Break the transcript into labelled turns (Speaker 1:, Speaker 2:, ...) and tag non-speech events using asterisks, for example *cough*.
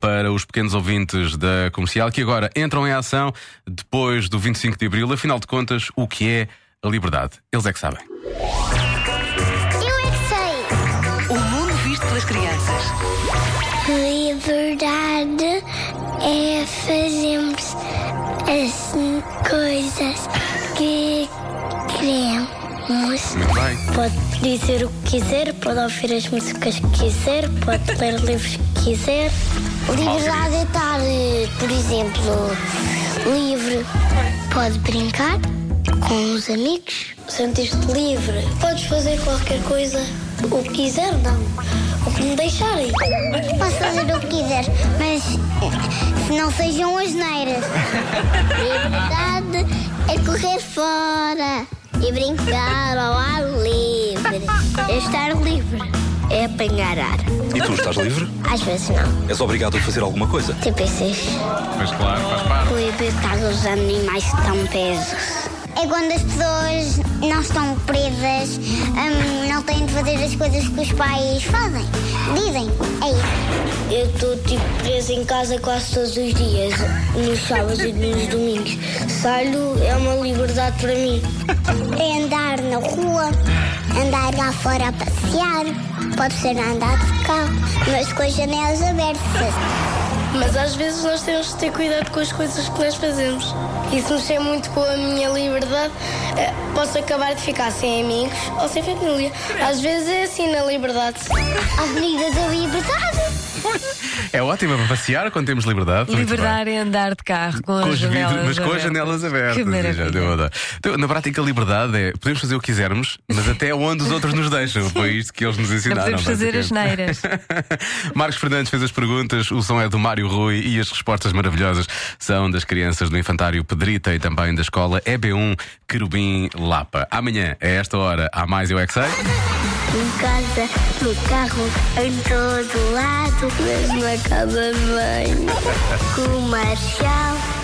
Speaker 1: para os pequenos ouvintes da comercial que agora entram em ação depois do 25 de abril. Afinal de contas, o que é a liberdade? Eles é que sabem.
Speaker 2: Eu é que sei.
Speaker 3: O mundo visto pelas crianças.
Speaker 2: Liberdade é fazermos as coisas que queremos.
Speaker 1: Muito bem.
Speaker 2: Pode dizer o que quiser, pode ouvir as músicas que quiser, pode ler *laughs* livros que quiser. Liberdade é estar, eh, por exemplo, livre. Pode brincar com os amigos. Sentir-te livre. Podes fazer qualquer coisa. O que quiser, não. O que me deixarem. Posso fazer o que quiser, mas eh, não sejam asneiras. Liberdade é correr fora e brincar ao ar livre. É estar livre. É apanhar ar.
Speaker 4: E tu estás livre?
Speaker 2: Às vezes não.
Speaker 4: És obrigado a fazer alguma coisa?
Speaker 2: Tipo esses.
Speaker 1: Mas claro, faz parte.
Speaker 2: Libertar os animais que estão presos. É quando as pessoas não estão presas, hum, não têm de fazer as coisas que os pais fazem. Dizem. É isso. Eu estou tipo presa em casa quase todos os dias, nos sábados e *laughs* nos domingos. Saio é uma liberdade para mim. É andar na rua, andar lá fora a passear, pode ser andar de carro, mas com as janelas abertas.
Speaker 5: Mas às vezes nós temos de ter cuidado com as coisas que nós fazemos. E se mexer muito com a minha liberdade, eh, posso acabar de ficar sem amigos ou sem família. Às vezes é assim na liberdade.
Speaker 2: Avenida da Liberdade.
Speaker 1: É ótimo para passear quando temos liberdade. Muito bem.
Speaker 6: Liberdade é andar de carro com,
Speaker 1: Com os
Speaker 6: as
Speaker 1: vidros,
Speaker 6: janelas
Speaker 1: mas com as
Speaker 6: abertas.
Speaker 1: janelas abertas.
Speaker 6: Que
Speaker 1: E já
Speaker 6: maravilha.
Speaker 1: deu a dar. Então, na prática, a liberdade é podemos fazer o que quisermos, mas até onde os outros nos deixam. Foi isto que eles nos
Speaker 6: Não
Speaker 1: ensinaram.
Speaker 6: podemos fazer as
Speaker 1: basicamente.
Speaker 6: neiras.
Speaker 1: *laughs* Marcos Fernandes fez as perguntas, o som é do Mário Rui e as respostas maravilhosas são das crianças do Infantário Pedrita e também da escola EB1 Querubim Lapa. Amanhã, a esta hora, há mais Eu É Que Sei.
Speaker 2: Em casa, no carro, em todo lado, mesmo na casa de banho. Com o Marcial,